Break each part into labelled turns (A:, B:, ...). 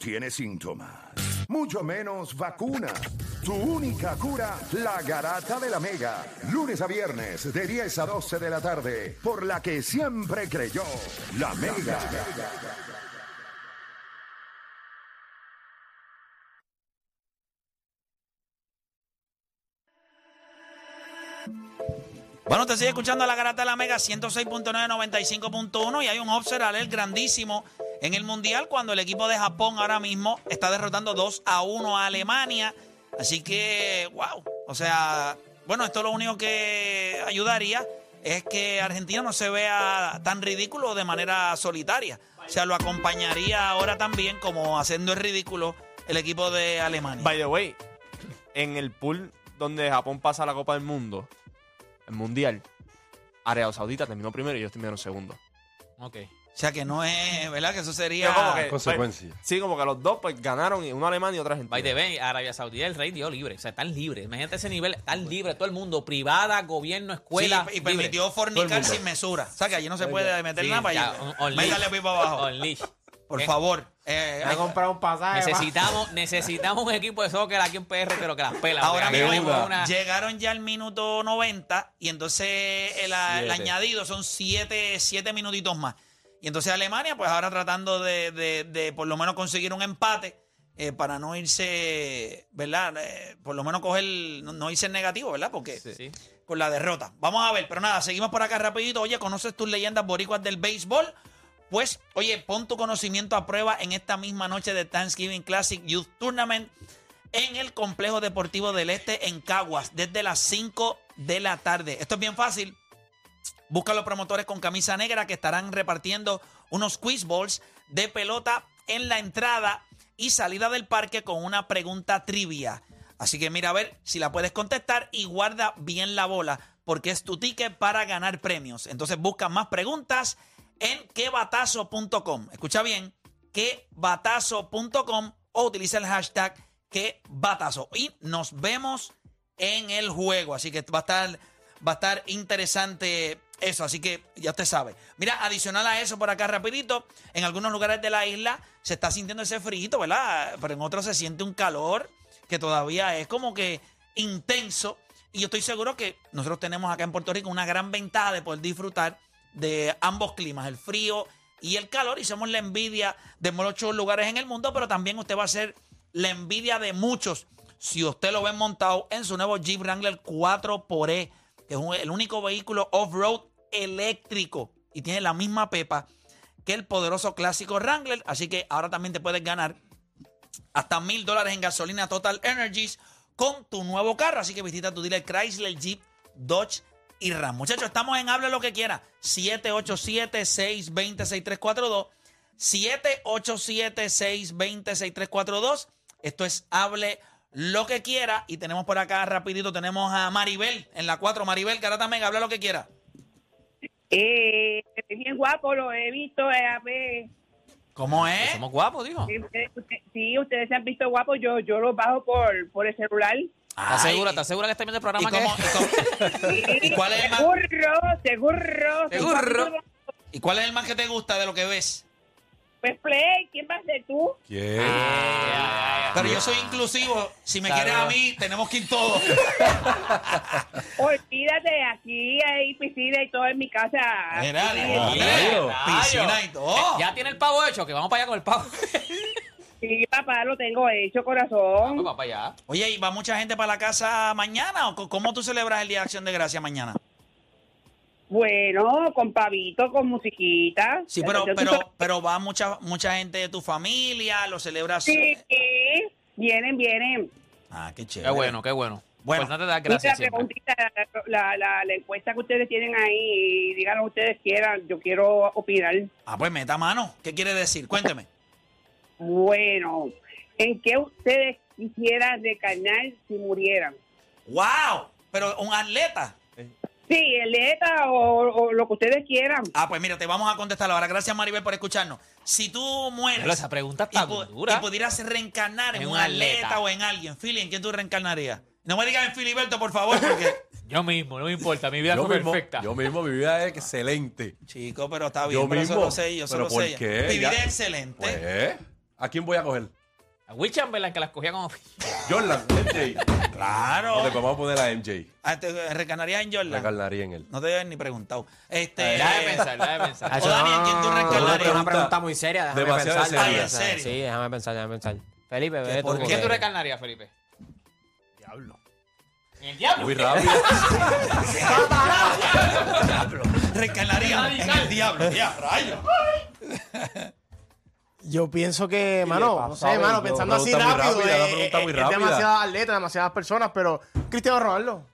A: tiene síntomas, mucho menos vacuna. Tu única cura, la garata de la mega. Lunes a viernes de 10 a 12 de la tarde, por la que siempre creyó, la mega.
B: Bueno, te sigue escuchando la garata de la Mega 106.995.1 y hay un offset alert grandísimo en el Mundial cuando el equipo de Japón ahora mismo está derrotando 2 a 1 a Alemania. Así que, wow. O sea, bueno, esto lo único que ayudaría es que Argentina no se vea tan ridículo de manera solitaria. O sea, lo acompañaría ahora también como haciendo el ridículo el equipo de Alemania.
C: By the way, en el pool donde Japón pasa la Copa del Mundo, el Mundial, Arabia Saudita terminó primero y ellos terminaron segundo.
D: Ok.
B: O sea, que no es, ¿verdad? Que eso sería...
C: Pero como que- pues,
E: Consecuencia.
C: Sí, como que los dos pues, ganaron, y uno Alemania y otra Argentina.
D: By the way, Arabia Saudita el rey dio libre. O sea, están libres. Imagínate ese nivel. Están libres todo el mundo. Privada, gobierno, escuela.
B: Sí, y
D: libre.
B: permitió
D: Todo el
B: fornicar
D: mundo.
B: sin mesura. O sea, que allí no se puede meter
D: Sí,
B: nada para
D: ya,
B: allí.
D: on- on
B: Métale
D: leash.
B: pipa abajo.
D: On leash.
B: Por
D: Eh,
B: favor. Eh,
C: Me ha
B: ay,
C: comprado un pasaje.
D: Necesitamos, necesitamos un equipo de soccer aquí en PR, pero que las pela.
B: ahora
D: porque aquí
B: mismo
D: hay una-
B: llegaron ya al minuto 90 y entonces el, a- el añadido son 7 siete minutitos más. Y entonces Alemania, pues ahora tratando de, de- de por lo menos conseguir un empate eh, para no irse, ¿verdad? Eh, por lo menos coger, no, no irse en negativo, ¿verdad? Porque
D: Sí.
B: con la derrota. Vamos a ver, pero nada, seguimos por acá rapidito. Oye, ¿conoces tus leyendas boricuas del béisbol? Pues, oye, pon tu conocimiento a prueba en esta misma noche de Thanksgiving Classic Youth Tournament en el Complejo Deportivo del Este en Caguas, desde las 5 de la tarde. Esto es bien fácil. Busca a los promotores con camisa negra que estarán repartiendo unos quiz balls de pelota en la entrada y salida del parque con una pregunta trivia. Así que mira a ver si la puedes contestar y guarda bien la bola porque es tu ticket para ganar premios. Entonces busca más preguntas en quebatazo.com. Escucha bien, quebatazo.com o utiliza el hashtag quebatazo. Y nos vemos en el juego. Así que va a estar, va a estar interesante eso. Así que ya usted sabe. Mira, adicional a eso, por acá rapidito, en algunos lugares de la isla se está sintiendo ese frío, ¿verdad? Pero en otros se siente un calor que todavía es como que intenso. Y yo estoy seguro que nosotros tenemos acá en Puerto Rico una gran ventaja de poder disfrutar de ambos climas, el frío y el calor, y somos la envidia de muchos lugares en el mundo, pero también usted va a ser la envidia de muchos si usted lo ve montado en su nuevo Jeep Wrangler E. 4xE, que es un- el único vehículo off-road eléctrico y tiene la misma pepa que el poderoso clásico Wrangler, así que ahora también te puedes ganar hasta mil dólares en gasolina Total Energies con tu nuevo carro. Así que visita tu dealer Chrysler, Jeep, Dodge y Ram. Muchachos, estamos en Habla lo que quiera. 787-620-6342. 787-620-6342. Esto es Hable lo que quiera. Y tenemos por acá rapidito, tenemos a Maribel en la 4. Maribel, Garata Mega, habla lo que quiera.
F: Eh, bien guapo, lo he visto. eh, a ver,
B: ¿Cómo es?
D: Pues Somos guapos, digo.
F: eh, eh, usted- sí, ustedes se han visto guapos. Yo, yo los bajo por, por el celular.
D: ¿Estás
B: Ay,
D: segura? ¿Estás segura que estás viendo el
B: ¿Y,
D: programa? que
B: cómo-
D: es?
B: y cómo- ¿Y cuál es el más-
F: Seguro, seguro.
D: Seguro.
F: seguro.
B: y cuál es el más que te gusta de lo que ves?
F: Pues play, ¿quién va a ser tú?
E: ¿Quién?
B: Pero yo soy inclusivo. Si me
D: Claro.
B: quieres a mí, tenemos que ir todos.
F: Olvídate, aquí hay piscina y todo en mi casa.
B: Mira,
F: Sí,
B: Dios,
D: rayo. Eh,
B: piscina y todo.
D: Ya tiene el pavo hecho, que vamos para allá con el pavo.
F: Sí, papá, lo tengo hecho, corazón.
D: Vamos para allá.
B: Oye, ¿y va mucha gente para la casa mañana? ¿O co- cómo tú celebras el Día de Acción de Gracia mañana?
F: Bueno, con pavito, con musiquita.
B: Sí, pero,
F: Yo- tú sabes-
B: pero, pero va mucha, mucha gente de tu familia, lo celebras.
F: Sí, vienen, vienen.
B: Ah, qué
D: Qué
B: chévere.
D: bueno, qué bueno. Pues
B: Bueno.
D: Importante dar gracias
F: Mira,
D: siempre.
F: preguntita, la, la- la encuesta que ustedes tienen ahí, díganos ustedes quieran, yo quiero opinar.
B: Ah, pues meta mano. ¿Qué quiere decir? Cuénteme.
F: Bueno, ¿en qué ustedes quisieran recarnar si murieran?
B: ¡Wow! Pero un atleta.
F: Sí, el ETA o, o lo que ustedes quieran.
B: Ah, pues mira, te vamos a contestar ahora. Gracias, Maribel, por escucharnos. Si tú mueres
D: Pero esa pregunta
B: y,
D: está
B: pu- y
D: dura.
B: pudieras reencarnar en,
D: En
B: un
D: un
B: atleta,
D: atleta.
B: o en alguien, Philly, ¿en quién tú reencarnarías? No me digas en Filiberto, por favor, porque...
D: Yo mismo, no me importa. Mi vida
E: Yo
D: fue
E: mismo,
D: perfecta.
E: yo mismo, mi vida es excelente.
B: Chico, pero está bien.
E: Yo
B: pero
E: mismo.
B: Eso lo sé, yo solo
E: ¿Pero por
B: sé.
E: qué?
B: Viviré
E: Ya.
B: excelente.
E: Pues, ¿a quién voy a coger?
D: A Will Chamberlain que las cogía como.
E: Jordan, MJ. No,
B: Claro.
E: te pues vamos a poner a MJ.
B: Ah, te Recarnarías en
E: La
B: Jordan.
E: carnaría en él.
B: No te habían ni preguntado. Este,
D: Deja de pensar, deja de pensar.
B: O Dani, ¿a quién tú
E: Pero
B: reencarnarías?
E: una
G: Una pregunta,
E: pregunta
G: muy seria, déjame
E: demasiado
G: pensar.
E: seria.
G: déjame
B: Ay, ¿en
G: pensar.
B: serio?
G: Sí, déjame pensar, déjame pensar. Felipe, ve
B: por
G: tú.
D: ¿Quién tú
G: porque-
D: recarnarías, Felipe? Diablo. ¿El diablo?
E: Muy rápido.
B: Reencarnaría en el diablo. Ya, rayo.
H: Yo pienso que, mano, no
G: pasa,
H: sé, mano,
G: bro?
H: pensando así
E: Pregunta muy
H: rápido,
E: rápida, una
H: eh,
E: pregunta
H: eh,
E: muy
H: es
E: rápida.
H: demasiadas atletas, demasiadas personas, pero Cristiano Ronaldo.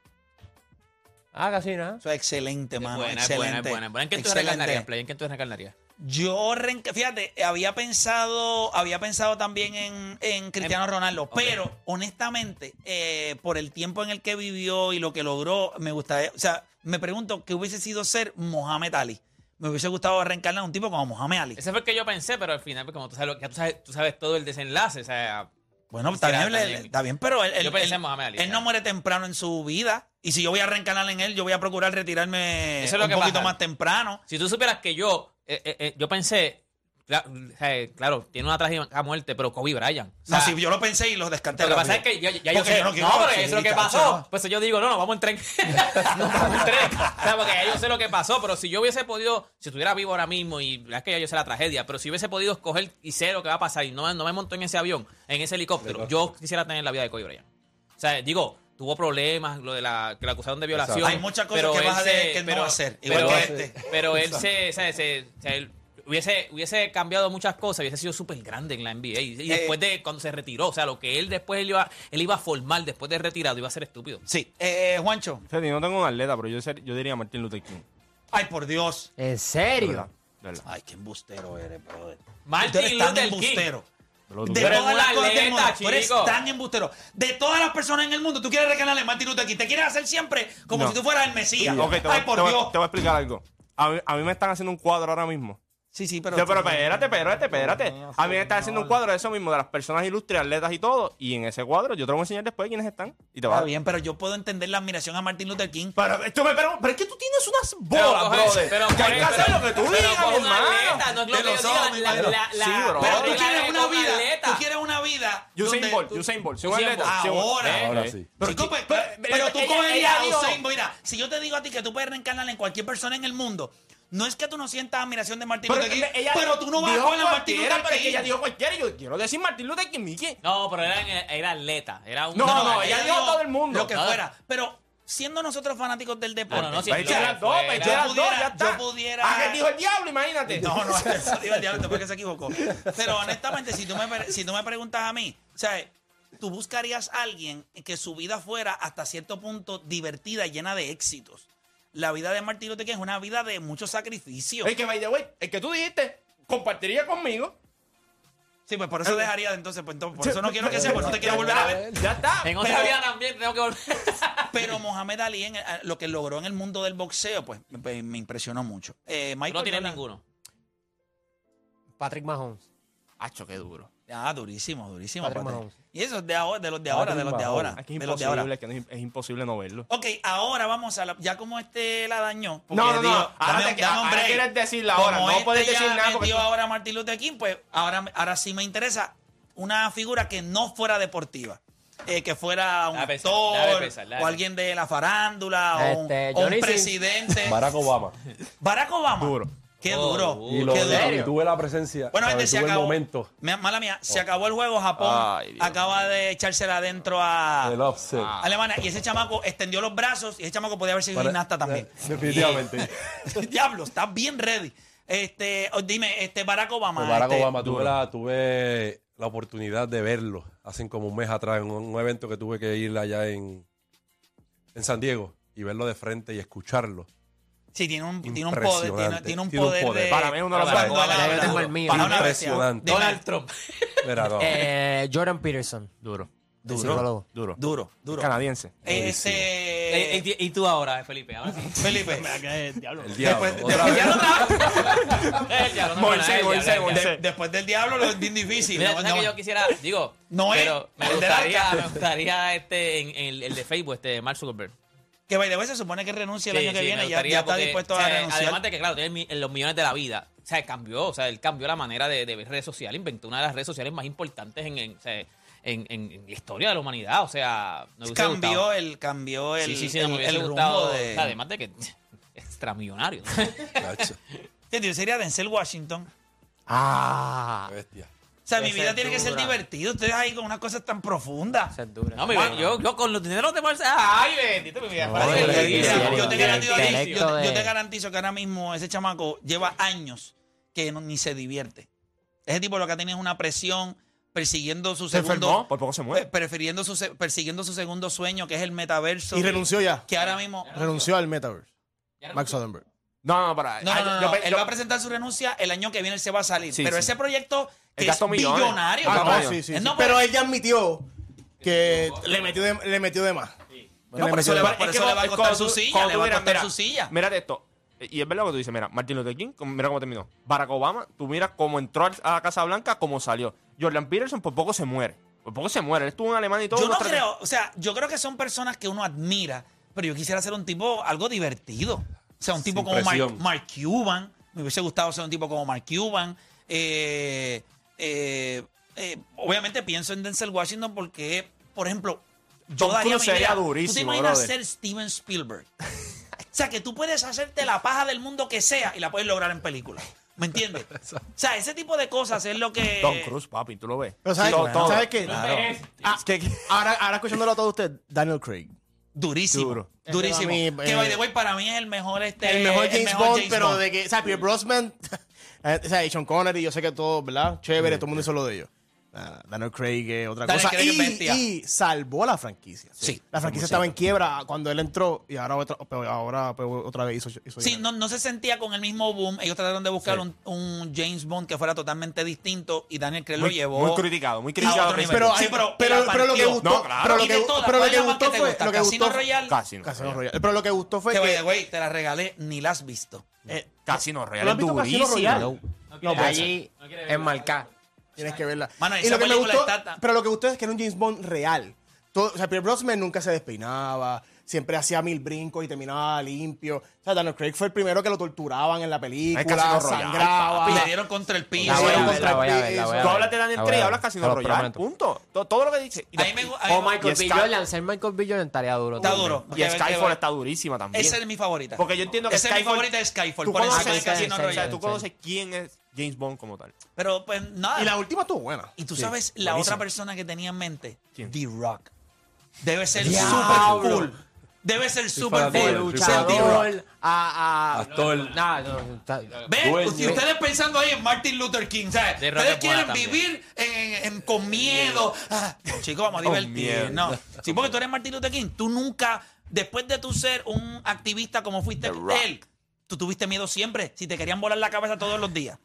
G: Ah, casi nada.
B: Eso es excelente, mano.
D: Buena, es buena,
B: excelente.
D: es buena, es buena. ¿En quién tú
B: Excelente.
D: recarnarías, Play? ¿En quién tú recarnarías?
B: Yo, reenca- fíjate, había pensado, había pensado también en, en Cristiano Ronaldo, pero honestamente, eh, por el tiempo en el que vivió y lo que logró, me gustaría, o sea, me pregunto qué hubiese sido ser Mohamed Ali. Me hubiese gustado reencarnar a un tipo como Mohamed Ali.
D: Ese fue el que yo pensé, pero al final, pues, como tú sabes, lo- ya tú sabes, tú sabes todo el desenlace, o sea,
B: Bueno, está
D: Quisiera
B: bien, le-
D: también.
B: está bien, pero él, él-
D: Yo pensé
B: él-
D: en Mohamed Ali,
B: él no
D: claro.
B: muere temprano en su vida. Y si yo voy a reencarnar en él, yo voy a procurar retirarme
D: Eso es lo
B: un
D: que
B: poquito
D: pasa.
B: más temprano.
D: Si tú supieras que yo, eh, eh, eh, yo pensé, cla- o sea, eh, claro, tiene una trágica muerte, pero Kobe Bryant. O sea,
B: no, si yo lo pensé y lo descarté.
D: lo que pasa es
B: rápido.
D: que yo, ya yo
B: Porque
D: sé,
B: yo no
D: no,
B: quiero-
D: pero
B: sí,
D: eso es lo que
B: chacho,
D: pasó.
B: no.
D: Pues yo digo, no, no, vamos en tren. no, vamos en tren. O sea, porque ya yo sé lo que pasó, pero si yo hubiese podido, si estuviera vivo ahora mismo, y la verdad es que ya yo sé la tragedia, pero si hubiese podido escoger y sé lo que va a pasar y no, no me montó en ese avión, en ese helicóptero, yo quisiera tener la vida de Kobe Bryant. O sea, digo, tuvo problemas, lo de la que la acusaron de violación.
B: Hay muchas cosas que
D: él
B: vas a
D: se-
B: ver que él no va a hacer, igual
D: pero,
B: que
D: él-
B: este.
D: Pero él se, o sea, se- o sea, él hubiese, hubiese cambiado muchas cosas, hubiese sido súper grande en la NBA. Y, y
B: Eh,
D: después de cuando se retiró, o sea, lo que él después él iba, él iba a formar después de retirado, iba a ser estúpido.
B: Sí, eh, eh, Juancho.
C: Fede, no tengo un atleta, pero yo, ser- yo diría Martin Luther King.
B: Ay, por Dios.
D: Eh.
G: ¿En
C: De
G: serio?
C: verdad, de verdad.
B: Ay, qué embustero eres, brother.
D: Martin
B: Tú eres tan
D: Luther King.
B: embustero.
C: Pero tú-
B: De
D: Pero
B: todas
D: es
B: las
D: una
B: cosas del
D: atleta,
B: mundo, tú eres
D: chico.
B: tan embustero. De todas las personas en el mundo, tú quieres recanarle a Martin Luther King. Te quieres hacer siempre como
C: No.
B: si tú fueras el Mesías.
C: Ok, te voy,
B: Ay, por
C: te voy-
B: Dios.
C: te voy a explicar algo. A mí, a mí me están haciendo un cuadro ahora mismo.
B: Sí, sí,
C: Pero,
B: pero.
C: pero espérate, espérate, espérate. A mí me están haciendo un cuadro de eso mismo, de las personas ilustres, atletas y todo. Y en ese cuadro yo te lo voy a enseñar después quiénes están. Y te vas
B: Está
C: a...
B: bien, pero yo puedo entender la admiración a Martin Luther King.
C: Pero, esto me- pero, pero es que tú tienes unas
D: Pero
C: bolas,
D: coge-
C: brother.
D: pero
C: que
D: coge-
C: hay que hacer
D: pero-
C: lo que tú
D: pero
C: digas,
D: coge
C: mi
D: un
C: hermano.
D: atleta, no es
C: De
D: lo que yo
C: los
D: diga,
C: ojos, mi
D: la-
C: hermano.
D: la- la-
C: Sí,
B: Pero
C: bro.
B: tú
D: Ahora,
B: quieres una
D: con
B: vida.
D: atleta.
B: Tú quieres una vida.
C: Usain
B: donde
C: Bolt,
B: tú-
C: Usain Bolt, soy un
D: Usain
C: atleta.
D: Bolt.
C: soy un-
B: Ahora.
C: Ven,
E: Ahora
C: ven.
E: sí.
B: Pero, tú, pe-
D: pero-
B: pe-
D: pero
B: pero tú
D: ella-
B: cogerías
D: ella dijo-
B: a Usain Bolt. Mira, si yo te digo a ti que tú puedes reencarnar en cualquier persona en el mundo, no es que tú no sientas admiración de Martin
C: Pero,
B: Luther King,
C: ella
B: pero tú no vas a
C: dijo
B: coger a Martin
C: cualquiera,
B: Luther
C: Pero es que ella
B: King.
C: dijo cualquiera. y Yo quiero decir Martin Luther King, Mickey.
D: No, pero era, era atleta. Era un
C: No, no, ella dijo a todo el mundo.
B: Lo que
D: Todo.
B: fuera. Pero siendo nosotros fanáticos del deporte.
D: no, sí,
C: Pero
D: yo-
C: eché las dos,
D: fuera.
C: pero eché
D: Yo
C: las dos,
B: pudiera-
C: ya está.
B: yo pudiera-
C: Ah, que dijo el diablo, imagínate.
B: No, no, eso digo el diablo, después que se equivocó. Pero honestamente, si tú me, pre- si tú me preguntas a mí, ¿sabes? Tú buscarías a alguien que su vida fuera hasta cierto punto divertida y llena de éxitos. La vida de Martín Luther King es una vida de mucho sacrificio.
C: El que, by the way, el que tú dijiste, compartiría conmigo.
B: Sí, pues por eso
G: Eh,
B: dejaría de entonces, pues, entonces, por eso no quiero que sea, por eso te quiero
C: Ya
B: volver a ver.
C: está, Ya está.
D: En otra
B: Pero-
D: vida también tengo que volver.
G: eh.
B: Pero Mohamed Ali, en el- lo que logró en el mundo del boxeo, pues me, me impresionó mucho. Eh, Michael
D: No tiene
B: Jordan-
D: ninguno.
G: Patrick Mahomes.
C: Hacho, qué duro.
B: Ah, durísimo, durísimo.
G: Patrick
B: Patrick.
G: Mahomes. Ah,
B: Y eso es de, ahora, de los de ahora, de los de ahora.
C: Es que es
B: De los de ahora.
C: imposible, es que no es, es imposible no verlo.
B: Ok, ahora vamos a la. Ya como este la dañó. porque
C: No, no, no,
B: digo,
C: ahora
B: dame-
C: te que-
B: dame un
C: ahora
B: break.
C: quieres decirla ahora,
B: Como
C: no puedes
B: este ya
C: decir nada porque
B: metió
C: tú-
B: ahora a Martin Luther King, pues ahora, ahora sí me interesa una figura que no fuera deportiva. Eh, que fuera un
D: Dale pensar,
B: actor
D: dale pensar, dale.
B: o alguien de la farándula o un-
G: Este,
B: o un,
G: Johnny Sins.
B: presidente.
E: Barack Obama.
B: Barack Obama.
C: Duro.
B: Qué
D: Oh,
B: duro.
D: duro.
E: Y, lo,
B: Qué
G: ¿En serio?
E: y tuve la presencia.
B: bueno,
E: ¿sabes?
B: gente, se
E: tuve
B: acabó.
E: el momento. Oh.
B: Me- mala mía, se acabó el juego. Japón
C: Ay, Dios
B: acaba de echársela adentro a
E: El offset.
B: Alemania. Y ese chamaco extendió los brazos y ese chamaco podía haber sido
E: Ah. Para-
B: gimnasta también.
E: Definitivamente.
B: Diablo, estás bien ready. Este, oh, dime, este Barack Obama.
E: Pues Barack
B: este,
E: Obama, tuve la, tuve la oportunidad de verlo hace como un mes atrás en un, un evento que tuve que ir allá en, en San Diego y verlo de frente y escucharlo.
B: Sí, tiene un, tiene un poder. Tiene,
E: Impresionante.
B: tiene un
E: Tiene un
B: poder.
E: poder.
B: de-
C: Para mí es uno de los
B: cuando
C: mejores.
B: habla,
G: Ya tengo el
B: duro.
G: mío.
B: Para una bestia.
E: Impresionante.
B: Donald Trump.
D: Trump.
E: Mira, no.
G: Eh, Jordan Peterson.
C: Duro,
G: el psicólogo.
C: duro.
B: Duro, duro.
C: Canadiense.
B: Este,
D: Eh, eh, ¿Y tú ahora, Felipe? Ahora sí.
B: Felipe.
E: el diablo.
B: Después, después-
E: Otra vez.
D: El diablo, no,
C: Moisés,
D: no, el diablo,
C: Moisés,
D: el diablo.
C: Moisés.
B: de- después del diablo lo es bien difícil.
D: Mira,
B: No,
D: tú sabes
B: no.
D: que yo quisiera, digo,
B: No es
D: pero me
B: el del arca.
D: gustaría, me gustaría este, en, en el, el de Facebook, este Mark Zuckerberg.
B: Que by the way, se supone que renuncia el
D: Sí,
B: año que
D: sí, me
B: viene, ya,
D: gustaría
B: ya está
D: porque, eh,
B: dispuesto
D: o sea,
B: a renunciar.
D: Además de que, claro, tiene mi- los millones de la vida. sea, cambió, o sea, él cambió la manera de, de ver redes sociales, inventó una de las redes sociales más importantes en, en, o sea, en- en- en la historia de la humanidad, o sea, me hubiese
B: cambió
D: gustado.
B: el, cambió el,
D: sí, sí, sí,
B: el,
D: me hubiese
B: el rumbo
D: gustado,
B: de...
D: o sea, además de que extramillonario. ¿no?
E: Cacho,
B: ¿Entiendes? Yo sería Denzel Washington.
G: Ah,
E: bestia.
B: O sea, mi
D: Esa
B: vida
D: es
B: tiene que ser
D: dura.
B: divertida. Ustedes ahí con unas cosas tan profundas.
G: esa es dura.
D: No, mi ben- yo, yo con los dineros de bolsa. Ay, bendito, mi vida.
G: No,
D: Parece que
G: pero es
D: yo-
G: que
D: mira,
G: sí,
D: yo
B: yo,
G: el-
D: te
B: te
G: el
B: garantizo, yo te-
G: intelecto
B: yo te
G: de-
B: garantizo que ahora mismo ese chamaco lleva años que no- ni se divierte. Ese tipo lo que ha tenido es una presión persiguiendo su
H: Se
B: segundo,
C: Por poco se
B: eh,
C: muere.
B: prefiriendo su se- persiguiendo su segundo sueño que es el metaverso.
H: Y renunció ya.
B: Que ahora mismo
H: Renunció al Metaverse. Max Zuckerberg.
C: No, no, para.
B: no, no, no,
C: ah, yo-
B: no,
C: yo-
B: él
C: yo-
B: va a presentar su renuncia el año que viene él se va a salir.
C: Sí,
B: pero
C: sí.
B: ese proyecto que
C: Él
B: es
C: gastó millones.
B: billonario.
C: Ah,
B: cabrón.
C: no,
H: Ah,
C: yo-
H: no, sí, sí.
B: Eh,
H: sí.
B: no, pero-
H: pero él ya admitió que le metió de, le metió de más.
B: No, por eso le va,
C: Es
B: por
C: que
B: eso le va a
C: cuando-
B: costar su
C: cuando tú-
B: silla.
C: cuando
B: Le
C: tú
B: va a
C: miras,
B: costar
C: mira,
B: su silla.
C: Mira esto. Y es verdad lo que tú dices, mira, Martin Luther King, com- mira cómo terminó. Barack Obama, tú miras cómo entró al- a la Casa Blanca, cómo salió. Jordan Peterson por poco se muere. Por poco se muere. Él estuvo en Alemania y todo.
B: Yo no
C: unos tres-
B: creo, o sea, yo creo que son personas que uno admira, pero yo quisiera ser un tipo algo divertido. O sea, un tipo
E: Sin
B: como Mark,
E: presión.
B: Mark Cuban. Me hubiese gustado ser un tipo como Mark Cuban. Eh, eh, eh, obviamente pienso en Denzel Washington porque, por ejemplo, yo
C: Tom
B: daría
C: Cruise
B: mi
C: sería
B: vida. ¿Tú te
C: durísimo,
B: imaginas
C: brother.
B: ser Steven Spielberg? o sea, que tú puedes hacerte la paja del mundo que sea y la puedes lograr en película. ¿Me entiendes? O sea, ese tipo de cosas es lo que...
C: Don Cruz, papi, tú lo ves.
H: Pero ¿sabes,
C: Sí, todo- todo.
H: ¿sabes qué? Ah,
C: Es que-
H: ahora, ahora escuchándolo a todos ustedes, Daniel Craig.
B: Durísimo.
C: Duro.
B: Durísimo.
H: Ese para mí,
B: que
H: eh,
B: by the way, para mí es el mejor este.
H: el mejor James
B: mejor
H: Bond,
B: James
H: pero
B: Bond.
H: de que, o sea, Pierce Brosnan, eh, o sea, y Sean Connery, yo sé que todo, ¿verdad? Chévere, todo el mundo hizo lo de ellos. Ah, Daniel Craig es otra
B: Daniel
H: cosa.
B: Craig es
H: y,
B: bestia.
H: y salvó la franquicia.
B: Sí.
H: La franquicia estaba en quiebra cuando él entró y ahora otra, pero ahora pues, otra vez hizo, hizo
B: Sí,
H: dinero.
B: no, no se sentía con el mismo boom. Ellos trataron de buscar
C: Sí.
B: un, un James Bond que fuera totalmente distinto y Daniel Craig lo
C: Muy,
B: llevó.
C: muy criticado, muy criticado.
B: otro
C: Pero-
B: nivel.
H: Pero,
B: Sí,
H: hay-
B: pero-
H: pero,
B: y la
H: pero lo que
B: partió.
H: gustó,
C: No, claro.
H: pero lo
B: Y
H: que,
B: de todas,
H: pero lo
B: ¿cuál es
H: que
B: la más
H: gustó
B: te
H: fue,
B: gusta?
H: lo que
B: Casino
H: gustó,
B: Royale.
C: Casino.
H: Casino Royale. Pero lo que gustó fue
B: Que by the
H: que
B: way, te la regalé, ni la has visto.
H: eh,
C: Casino Real
H: ¿Lo
C: es
H: has visto Casino
C: durísimo.
H: Royale?
G: No.
C: pues,
H: No, puede
G: Allí es marcar.
H: Tienes que verla.
B: Mano, esa
H: y lo que me
B: película
H: gustó,
B: está tan-
H: pero lo que gustó es que era un James Bond real. Todo- o sea, Pierre Brosnan nunca se despeinaba, siempre hacía mil brincos y terminaba limpio. O sea, Daniel Craig fue el primero que lo torturaban en la película,
C: Es Casino Royale,
H: sangraba.
B: Y le dieron contra el piso.
H: ah,
B: Y
H: La voy a
B: la-
H: ver, la voy a ver, la voy a
C: Tú hablas de Daniel Craig, hablas Casino Royale. Punto. To- Todo lo que dice. Y
B: A mí
C: de-
B: me gu- a mí
C: Oh,
B: me gusta.
C: Michael
G: Michael
C: B.
G: B.
C: Jordan.
G: Jordan, ser Michael B. Jordan estaría duro.
B: Está
G: también.
B: duro.
C: Y
B: Ok, ok, ok.
C: Skyfall está durísima también.
B: Esa es mi favorita.
C: Porque yo entiendo que
B: Esa es mi
C: Skyfall-
B: favorita de Skyfall.
C: Tú
B: Por eso
C: conoces,
B: es de
G: Skyfall, sí,
B: Casino
C: o sea,
B: Royale.
C: tú conoces quién es James Bond como tal.
B: Pero pues nada.
H: Y la última estuvo buena.
B: Y tú sabes la otra persona que tenía en mente,
C: ¿Quién?
B: D-Rock. Debe ser
G: Diablo.
B: super cool. Debe ser super
E: fanático
G: De
E: del
B: cool. Ser D-Rock.
G: luchador a. a
E: Actor.
G: Nah, no, no, está-
B: Ven,
E: Dueño.
B: si ustedes pensando ahí en Martin Luther King, ¿sabes?
D: D-Rock
B: Ustedes
D: es buena
B: quieren
D: también.
B: vivir en- en- con miedo. Ah, chicos, vamos a
C: Con
B: divertirnos.
C: miedo.
B: Sí, porque tú eres Martin Luther King. Tú nunca, después de tú ser un activista como fuiste él, tú tuviste miedo siempre. Si te querían volar la cabeza todos los días.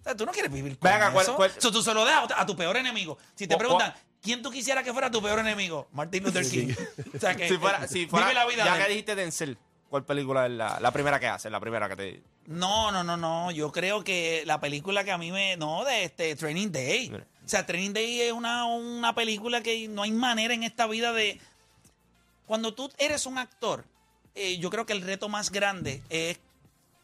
B: O sea, tú no quieres vivir con
C: Ven acá, ¿cuál-
B: eso.
C: cuál-
B: Eso tú se lo das a otra- a tu peor enemigo. Si te
C: ¿Cu-
B: preguntan, ¿quién tú quisieras que fuera tu peor enemigo? Martin Luther King. O sea, que
C: Si fuera, si fuera-
B: vive la vida
C: ya
B: de él.
C: que dijiste Denzel, ¿cuál película es la, la primera que hace? La primera que te.
B: No, no, no, no. Yo creo que la película que a mí me. No, de este Training Day.
C: Mira.
B: O sea, Training Day es una, una película que no hay manera en esta vida de. Cuando tú eres un actor, eh, yo creo que el reto más grande es.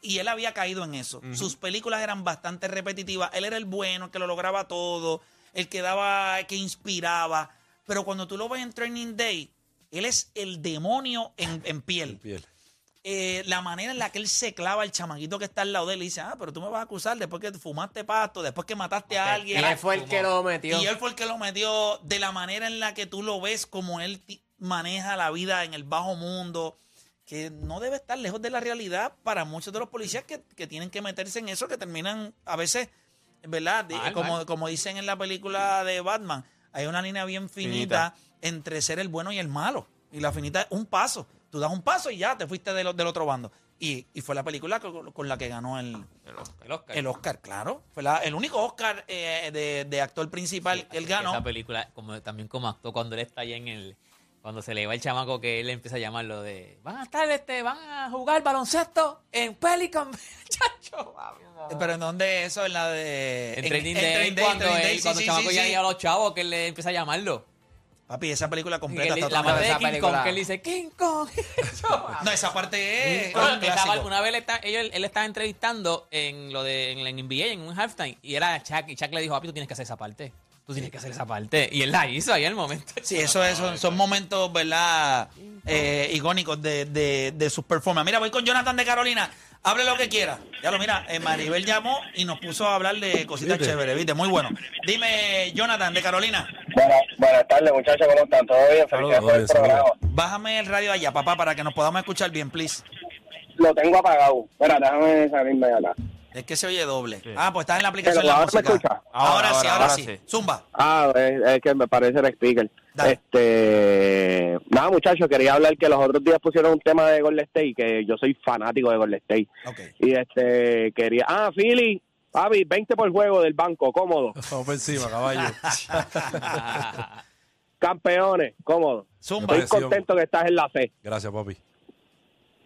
B: Y él había caído en eso. Sus películas eran bastante repetitivas. Él era el bueno, el que lo lograba todo, el que daba, el que inspiraba. Pero cuando tú lo ves en Training Day, él es el demonio en, en piel
E: Piel.
B: eh, la manera en la que él se clava al chamaquito que está al lado de él y dice, ah, pero tú me vas a acusar después que fumaste pasto, después que mataste a alguien.
G: Él fue el que lo metió.
B: Y él fue el que lo metió de la manera en la que tú lo ves, como él ti- maneja la vida en el bajo mundo, que no debe estar lejos de la realidad para muchos de los policías que, que tienen que meterse en eso, que terminan a veces, ¿verdad? Di-
D: Mal,
B: como,
D: mal.
B: como dicen en la película de Batman, hay una línea bien finita, entre ser el bueno y el malo. Y la finita es un paso. Tú das un paso y ya te fuiste del, del otro bando. Y, y fue la película con, con la que ganó el,
D: El Oscar.
B: el Oscar, claro. Fue la- el único Oscar eh, de, de actor principal que él ganó.
D: Esa película, como, también como actuó cuando él está allá en el. Cuando se le va el chamaco que él empieza a llamarlo de. Van a estar, este, van a jugar baloncesto en Pelican. Chacho, mami, no.
B: Pero ¿en dónde eso? En la de...
D: En Training Day,
B: Training Day,
D: cuando,
B: Training
D: él-
B: Day, sí,
D: cuando
B: sí,
D: el chamaco
B: sí,
D: ya
B: sí.
D: llega a los chavos, que él le empieza a llamarlo.
B: Papi, esa película
D: Que
B: completa
D: él-
B: está
D: la
B: toda-
D: parte de
G: esa
D: King Kong,
G: película.
D: que él dice, King Kong. Eso,
B: No, esa parte es.
D: Bueno,
B: un
D: él estaba-
B: clásico.
D: una vez él, está- ellos- él estaba entrevistando en lo de en, el NBA, en un halftime, y era Chuck, y Chuck le dijo, papi, tú tienes que hacer esa parte. Tú tienes que hacer esa parte. Y él la hizo ahí en el momento.
B: Sí, eso, es- son- son momentos, ¿verdad? Eh, icónicos de, de, de sus performances. Mira, voy con Jonathan de Carolina. Hable lo que quiera. Ya lo mira, eh, Maribel llamó y nos puso a hablar de cositas
E: ¿Viste?
B: chéveres, ¿viste? Muy bueno. Dime, Jonathan de Carolina,
I: Buenas, buenas tardes, muchachos, ¿cómo están? ¿Todo bien? Felicidades por el
E: Saludos, saludos.
I: programa.
B: bájame el radio allá, papá, para que nos podamos escuchar bien, please.
I: Lo tengo apagado. Espera, déjame salirme de acá.
B: Es que se oye doble. Ah, pues estás en la aplicación de
I: Pero
B: la
I: ahora me
B: música.
I: escucha.
B: Ahora,
C: Ahora,
B: sí,
C: ahora,
B: ahora,
C: ahora
B: sí.
C: sí.
B: Zumba.
I: Ah, es, es que me parece el speaker.
B: Dale.
I: Este, nada, muchachos, quería hablar que los otros días pusieron un tema de Golden State, que yo soy fanático de Golden State.
B: Ok.
I: Y este, quería, ah, Philly, Javi, 20 por juego del banco, cómodo.
E: Vamos por encima, caballo.
I: Campeones, cómodo.
B: Zumba.
E: Me
I: Estoy
E: pareció-
I: contento que estás en la C.
E: Gracias,
B: Eh,
E: papi.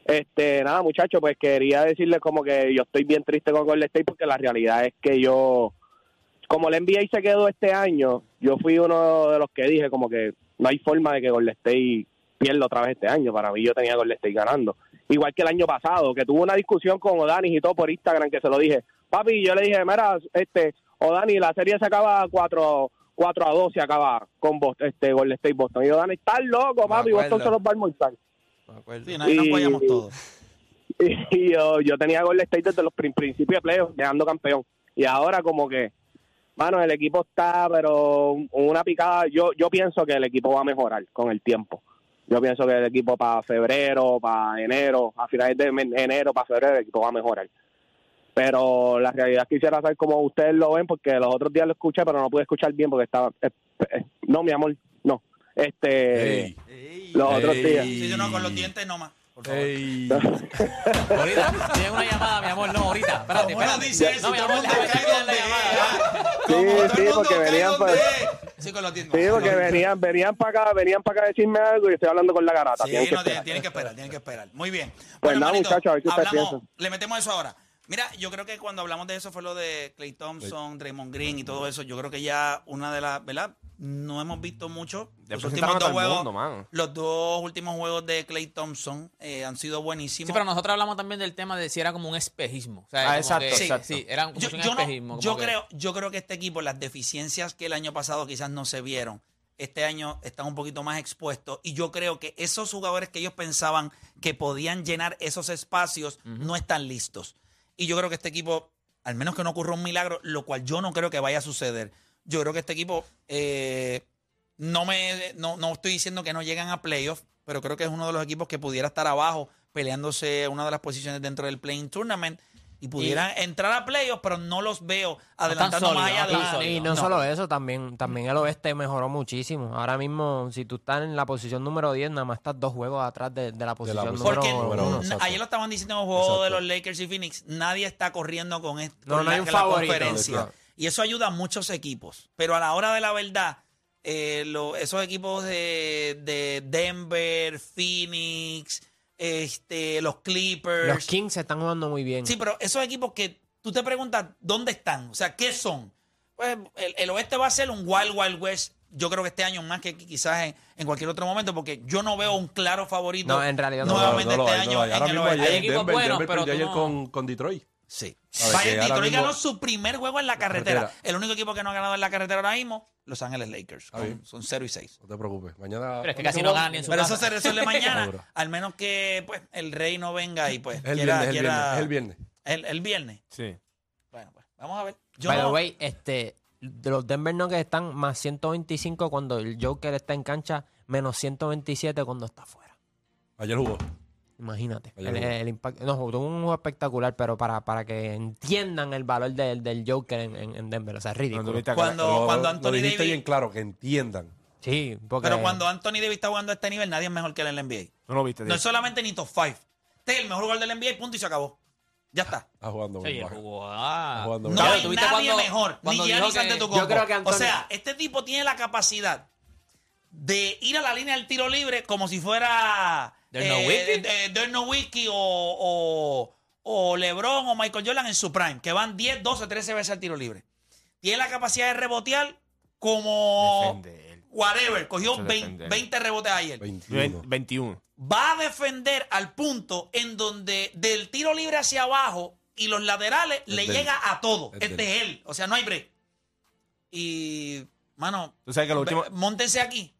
I: Este, nada, muchachos, pues quería decirles como que yo estoy bien triste con Golden State porque la realidad es que yo, como la NBA se quedó este año, yo fui uno de los que dije como que no hay forma de que Golden State pierda otra vez este año. Para mí yo tenía a Golden State ganando. Igual que el año pasado, que tuve una discusión con O'Dani y todo por Instagram que se lo dije. Papi, yo le dije, mira, este, O'Dani, la serie se acaba 4, 4 a 2, se acaba con Boston, este, Golden State Boston. Y O'Dani, estás loco, papi,
G: acuerdo.
I: Boston se los va a almorzar.
G: Me acuerdo.
B: Sí, ahí nos
I: Y-
B: apoyamos todos.
I: Y yo, yo tenía a Golden State desde los prin- principios de playoffs, dejando campeón. Y ahora como que, mano, el equipo está, pero un- una picada. Yo, yo pienso que el equipo va a mejorar con el tiempo. Yo pienso que el equipo para febrero, para enero, a finales de men- enero, para febrero, el equipo va a mejorar. Pero la realidad quisiera saber cómo ustedes lo ven, porque los otros días lo escuché, pero no pude escuchar bien porque estaba... eh, eh, no, mi amor, no. Este...
E: Ey,
I: Los otros
E: Ey.
I: días.
B: Sí, sí, no, con los dientes nomás. Por favor.
E: ey.
D: ahorita tiene una llamada, mi amor. No, ahorita. Espérate,
B: ¿Cómo no
D: espérate.
B: dice eso?
D: No, mi
B: Todo el
D: amor,
B: mundo
D: déjame
B: cae
D: terminar la
B: donde
D: llamada.
B: es.
I: Sí,
B: Como todo
I: sí,
B: el mundo
I: porque
B: cae
I: venían pues,
B: donde
I: pa-
B: es. Sí, con los dientes.
I: Sí, porque venían, venían para acá, venían para acá a decirme algo y estoy hablando con la garata.
B: Sí,
I: Tienen que
B: no, tienen,
I: esperar.
B: tienen que esperar, tienen que esperar. Muy bien. Bueno,
I: nada,
B: manito,
I: muchachos, a ver qué ustedes
B: hablamos-
I: piensan.
B: Le metemos eso ahora. Mira, yo creo que cuando hablamos de eso fue lo de Clay Thompson, Draymond Green y todo eso. Yo creo que ya una de las, ¿verdad? No hemos visto mucho. Los últimos
C: presentaron a todo
B: dos
C: el
B: juegos,
C: mundo, mano.
B: los dos últimos juegos de Clay Thompson eh, han sido buenísimos.
D: Sí, pero nosotros hablamos también del tema de si era como un espejismo. O sea,
C: Ah,
D: como
C: exacto,
D: que-
C: exacto.
D: Sí, era como
B: yo,
D: un
B: yo no-
D: espejismo. como
B: yo
D: que-
B: creo, yo creo que este equipo, las deficiencias que el año pasado quizás no se vieron, este año están un poquito más expuestos. Y yo creo que esos jugadores que ellos pensaban que podían llenar esos espacios no están listos. Y yo creo que este equipo, al menos que no ocurra un milagro, lo cual yo no creo que vaya a suceder. Yo creo que este equipo, eh, no me, no, no estoy diciendo que no llegan a playoffs, pero creo que es uno de los equipos que pudiera estar abajo peleándose una de las posiciones dentro del playing tournament y pudieran entrar a playoffs, pero no los veo adelantando más
D: sólidos,
B: allá de
D: no
B: la-
D: tan
G: Y, y no, solo eso, también, también el oeste mejoró muchísimo. Ahora mismo, si tú estás en la posición número 10, nada más estás dos juegos atrás de, de la posición
E: posición.
B: Porque
G: número
E: Número
B: n-
E: uno, exacto.
B: ayer lo estaban diciendo en el juego
E: Exacto.
B: de los Lakers y Phoenix, nadie está corriendo con, est-
G: No,
B: con
G: no
B: la,
G: hay un
B: la
G: favorito,
B: conferencia.
E: claro.
B: Y eso ayuda a muchos equipos. Pero a la hora de la verdad, eh, lo- esos equipos de, de Denver, Phoenix, este, los Clippers.
G: Los Kings se están jugando muy bien.
B: Sí, pero esos equipos que tú te preguntas dónde están, o sea, ¿qué son? Pues el, el oeste va a ser un Wild Wild West, yo creo que este año más que quizás en, en cualquier otro momento, porque yo no veo un claro favorito
G: No, en realidad no.
B: nuevamente
E: lo hay,
B: este
E: no lo hay.
B: año
E: Ahora
B: en el
E: mismo
B: oeste.
E: ayer
D: Hay equipos
E: Denver,
D: buenos,
E: Denver
D: pero
E: perdió
D: tú
E: ayer
D: no-
E: con, con Detroit.
B: Sí.
E: Sabe que
B: Bayern
E: ahora
B: Detroit ganó
E: mismo-
B: su primer juego en la carretera.
E: carretera.
B: El único equipo que no ha ganado en la carretera ahora mismo, Los Ángeles Lakers.
E: Ah,
B: con-
E: bien.
B: son 0 y 6.
E: No te preocupes. Mañana.
D: Pero es que casi no ganan ni en su
B: Pero
D: casa.
B: eso se resuelve
E: Seguro.
B: mañana, al menos que pues el rey no venga y pues
E: Es el
B: quiera-
E: viernes, es el
B: quiera-
E: viernes, es el viernes.
B: el- el viernes.
C: Sí.
B: Bueno, pues vamos a ver. Yo
G: By the
B: no-
G: way, este, de los Denver Nuggets están más 125 cuando el Joker está en cancha, menos 127 cuando está fuera.
E: Ayer jugó.
G: Imagínate.
E: Oye,
G: El,
E: Hugo.
G: el impacto. No, tuvo un juego espectacular, pero para, para que entiendan el valor del, del Joker en, en- en Denver. O sea, es
C: Cuando
G: ridículo.
C: viste a-
B: Cuando-
E: Pero
B: cuando
E: Lo
B: Anthony
E: dijiste
B: Davis-
E: bien claro, que entiendan.
G: Sí, porque.
B: Pero cuando Anthony Davis está jugando a este nivel, nadie es mejor que él en el NBA.
C: Tú no lo viste,
B: No
C: tío.
B: es solamente ni top 5. Este es el mejor jugador del NBA, punto, y se acabó. Ya está.
E: Está jugando.
D: Sí,
E: bien baja.
D: jugó, ah.
E: Está jugando
B: No
E: bien.
D: Claro,
B: hay
D: ¿tú
B: nadie
D: viste cuando-
B: mejor.
D: cuando
B: ni
D: dijo
B: Giannis
D: que-
B: Antetokounmpo.
G: Yo creo que Anthony-
B: O sea, este tipo tiene la capacidad de ir a la línea del tiro libre como si fuera
D: Dirk Nowitzki.
B: eh, Dirk Nowitzki o, o, o LeBron o Michael Jordan en su prime, que van 10, 12, 13 veces al tiro libre. Tiene la capacidad de rebotear como...
C: Defende él.
B: whatever, cogió
C: Eso
B: 20,
C: depende.
B: 20 rebotes ayer.
E: 21.
C: 21.
B: Va a defender al punto en donde del tiro libre hacia abajo y los laterales
E: Es
B: le
E: de él.
B: llega a todo. Es,
E: Es de
B: de él. O sea, no hay break. Y, mano,
C: Tú sabes que lo último.
B: ve- móntense aquí,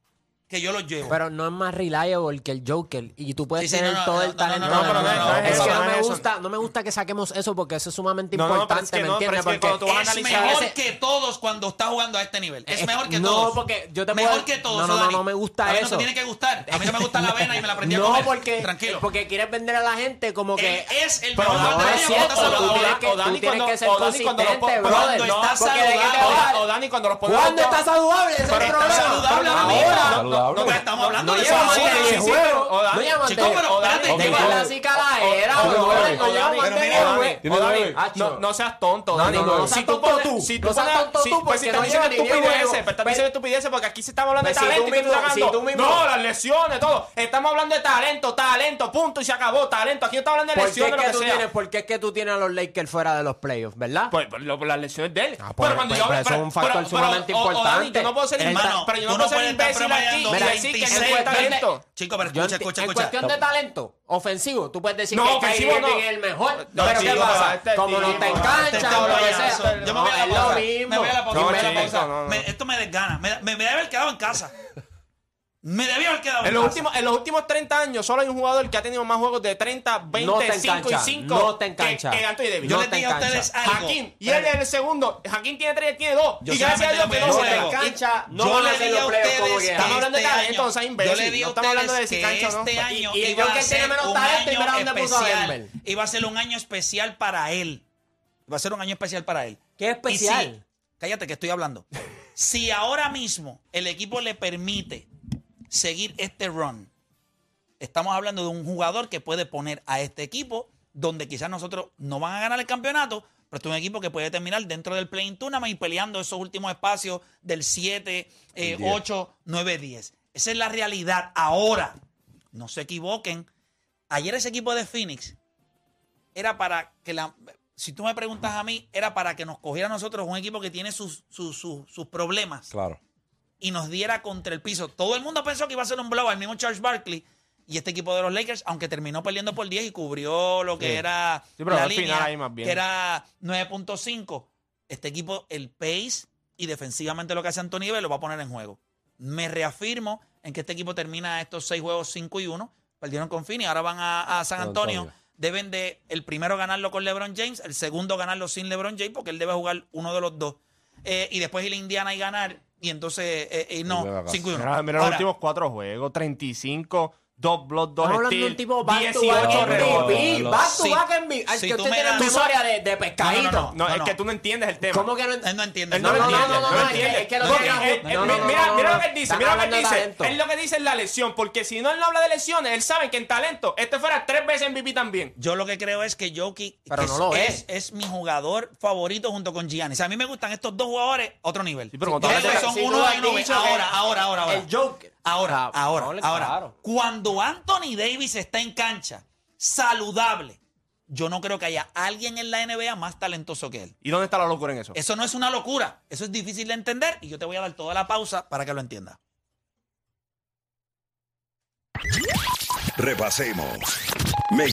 B: que yo los llevo.
D: Pero no es más reliable que el Joker. Y tú puedes
B: Sí, sí,
D: tener
B: no, no,
D: todo
B: no,
D: el
B: no,
D: talento.
B: no, no,
D: del
B: no, no,
D: mundo.
B: no, no,
D: es
B: eso,
D: que no,
B: no,
D: me
C: eso.
D: gusta, no me gusta que saquemos eso porque eso es sumamente
C: No, no, pero es
D: importante,
C: que
D: ¿me
C: no, pero
D: entiendes?
C: es que cuando
D: Porque
C: tú vas a
B: es
C: analizar.
B: mejor
D: ese-
B: que todos cuando está jugando a este nivel. Es
D: Eh,
B: mejor que
D: no,
B: todos.
D: porque yo te
B: mejor
D: puedo-
B: que todos.
D: No, no,
B: Dani.
D: no, no me gusta
B: a mí No
D: eso.
B: te tiene que gustar. A mí no me gusta la avena y me la aprendí a
D: no,
B: comer.
D: porque,
B: Tranquilo.
D: porque quieres vender a la gente como que...
B: Él es el
C: Pero
B: mejor
D: no,
B: jugador
D: no
B: de
D: es
B: ellos,
D: cierto,
B: bótaselo
D: tú
B: ahora.
D: tienes que,
C: o Dani
D: tú tienes
C: cuando-
D: que ser
C: o Dani cuando lo
D: consistente,
C: pon-
D: brother.
B: cuando
D: No,
B: está
D: porque de qué te
B: saludable,
D: vas-
C: O Dani, cuando los ponemos.
D: ¿Cuándo está saludable? Ese es el
B: Pero está
D: problema.
B: saludable, amigo.
D: Ahora.
B: No, no, pues estamos hablando
D: No
B: de
D: llevamos
B: eso.
D: ni
B: Sí,
D: el
B: sí, sí.
D: juego.
C: o Dani.
D: No llevamos
B: Chicos, pero espérate,
C: Ok,
B: lleva
C: ok.
B: la-
D: la
C: Ah,
D: cicadera,
C: O- o-
D: bro,
C: Dani, o
D: no
C: Dani,
D: llevamos
C: pero
D: ni
C: mira,
D: el
C: Dani,
D: juego.
C: o Dani,
D: Dani, Hacho.
C: no- no seas tonto,
D: ah, No,
C: Dani.
D: no, no, no
C: Si
D: seas
C: tú
D: tonto
C: pones-
D: tú.
C: si
D: No seas
C: pones-
D: tonto
C: si-
D: tú,
C: pues,
D: porque
C: si estás
D: no
C: diciendo
D: llevas ni diez
C: estupideces,
D: juegos.
C: pero estás
D: Pues,
C: diciendo estupideces porque aquí sí estamos hablando de
D: pues, si
C: talento. y
D: tú
C: tú
D: mismo-
C: sacando-
D: si tú mismo-
C: No, las lesiones, todo. Estamos hablando de talento, talento, punto y se acabó. Talento. Aquí no estamos hablando de
D: ¿Por qué, es
C: lesiones, lo
D: que
C: que
D: tú
C: sea.
D: tienes, ¿Por qué es que tú tienes a los Lakers fuera de los playoffs, verdad?
C: Pues, pues, lo- las lesiones de él.
D: Ah, pues,
C: pero cuando
D: pues,
C: yo
D: pues, eso es un factor sumamente
C: o- o Dani,
D: importante.
C: yo no puedo ser
D: Él
C: imbécil,
D: está-
C: pero yo
B: tú
C: no puedo ser
B: puedes estar
C: imbécil aquí
B: promediando
C: y decir que no
B: 26
C: es talento.
B: Chicos, pero
D: Yo
B: escucha,
D: enti-
B: escucha,
D: en
B: escucha.
D: cuestión de talento, ofensivo, tú puedes decir
C: No,
D: que Kyrie
C: ofensivo
D: Irving
C: no.
D: es el mejor.
C: No,
D: pero
C: chico,
D: ¿qué pasa?
C: este
D: Como no
C: tipo,
D: te
C: este
D: engancha o lo que
C: payaso.
D: sea.
B: Yo me voy a la
D: No,
B: pausa.
D: es lo
B: Me voy a la
D: mismo.
B: pausa. me
C: No,
B: voy a la
C: chico,
B: pausa.
C: no, no.
B: Me- esto me desgana. Me, me, me debe haber quedado en casa. Me debía haber quedado en,
C: En los,
B: casa.
C: últimos, en los últimos 30 años solo hay un jugador que ha tenido más juegos de 30, 20,
D: No te
C: 5
D: engancha,
C: y 5
D: no te engancha.
C: que, que Anthony Davis.
B: Yo
D: no
B: les
D: te
B: digo a ustedes
D: engancha.
B: algo.
C: Jaquín, y él es el segundo. Jaquín tiene 3, tiene 2.
B: Yo
C: Y gracias a Dios que no
B: solamente
C: juego.
B: voy a decir
C: Cancha,
B: algo.
C: no
B: Yo
C: van a
B: le
C: hacer
B: di
C: los
B: a
C: playoffs
B: ustedes
C: como
B: que
C: quieran. Estamos hablando de
B: este
C: talento, no
B: año- Yo le di
C: seas imbécil.
B: a
C: No estamos hablando de
B: ustedes
C: si
B: que
C: cancha o no.
B: este año
D: y el
B: iba a
D: Joker tiene
B: ser
D: menos
B: un
D: talento y mira
B: año
D: dónde puso a
B: especial.
D: Denver.
B: Iba a ser un año especial para él. Iba a ser un año especial para él.
D: ¿Qué
B: Y sí,
D: especial?
B: cállate que estoy hablando. Si ahora mismo el equipo le permite seguir este run, estamos hablando de un jugador que puede poner a este equipo donde quizás nosotros no van a ganar el campeonato, pero este es un equipo que puede terminar dentro del play-in tournament y peleando esos últimos espacios del 7, eh, 8, 9, 10. Esa es la realidad ahora. No se equivoquen. Ayer ese equipo de Phoenix era para que la. Si tú me preguntas a mí, era para que nos cogiera a nosotros un equipo que tiene sus, sus, sus, sus problemas
E: Claro.
B: y nos diera contra el piso. Todo el mundo pensó que iba a ser un blow al mismo Charles Barkley y este equipo de los Lakers, aunque terminó perdiendo por 10 y cubrió lo que
C: Sí.
B: era
C: Sí, pero
B: la
C: al final
B: línea,
C: ahí más bien.
B: que era 9.5. Este equipo, el pace y defensivamente lo que hace Anthony Davis lo va a poner en juego. Me reafirmo en que este equipo termina estos seis juegos 5 y 1. Perdieron con Fini, ahora van a, a San
E: San
B: Antonio.
E: Antonio.
B: Deben de el primero ganarlo con LeBron James, el segundo ganarlo sin LeBron James, porque él debe jugar uno de los dos. Eh, y después ir a Indiana y ganar. Y entonces, eh, eh,
E: Vuelve a
B: no,
E: casa.
B: 5 y 1.
C: Mira, Ah, mira los últimos 4 juegos: 35, 2 blocks, 2
D: Estamos hablando de un tipo back to back
C: 18
E: en
C: rebotes.
E: rebotes.
D: MVP.
E: No,
D: Back
B: si-
D: to back MVP. Es
B: si
D: que
B: tú
D: usted
B: me
D: tiene
B: das-
D: memoria de- de pescadito.
C: No,
B: No,
C: es
B: no.
C: que tú no entiendes el tema.
D: ¿Cómo que no
B: Él no entiende.
C: Él
D: No,
C: no,
D: no,
C: entiende,
D: no, no,
C: no
D: no,
C: entiende.
D: es que no
C: Porque
D: tiene-
C: él- él-
D: no, no, no,
C: Mira
D: no,
C: mira
D: no,
C: lo que él dice,
D: están
C: mira lo que él
D: hablando de
C: dice.
D: talento.
C: Es lo que dice es la lesión, porque si no él no habla de lesiones, él sabe que en talento este fuera tres veces MVP también.
B: Yo lo que creo es que Jokic
D: Pero
B: que
D: no lo es.
B: es, es mi jugador favorito junto con Giannis. a mí me gustan estos dos jugadores otro nivel.
C: Sí, pero
B: Yo
C: cuando
B: creo
C: hablas
B: que
C: de-
B: son
D: si tú
B: uno
D: has
B: y uno B.
D: dicho que
B: Ahora, ahora, ahora, ahora.
D: El Joker.
B: Ahora,
D: Ah,
B: ahora,
D: no, le-
B: ahora.
D: claro.
B: Cuando Anthony Davis está en cancha, saludable, yo no creo que haya alguien en la NBA más talentoso que él.
C: ¿Y dónde está la locura en eso?
B: Eso no es una locura. Eso es difícil de entender y yo te voy a dar toda la pausa para que lo entiendas.
A: Repasemos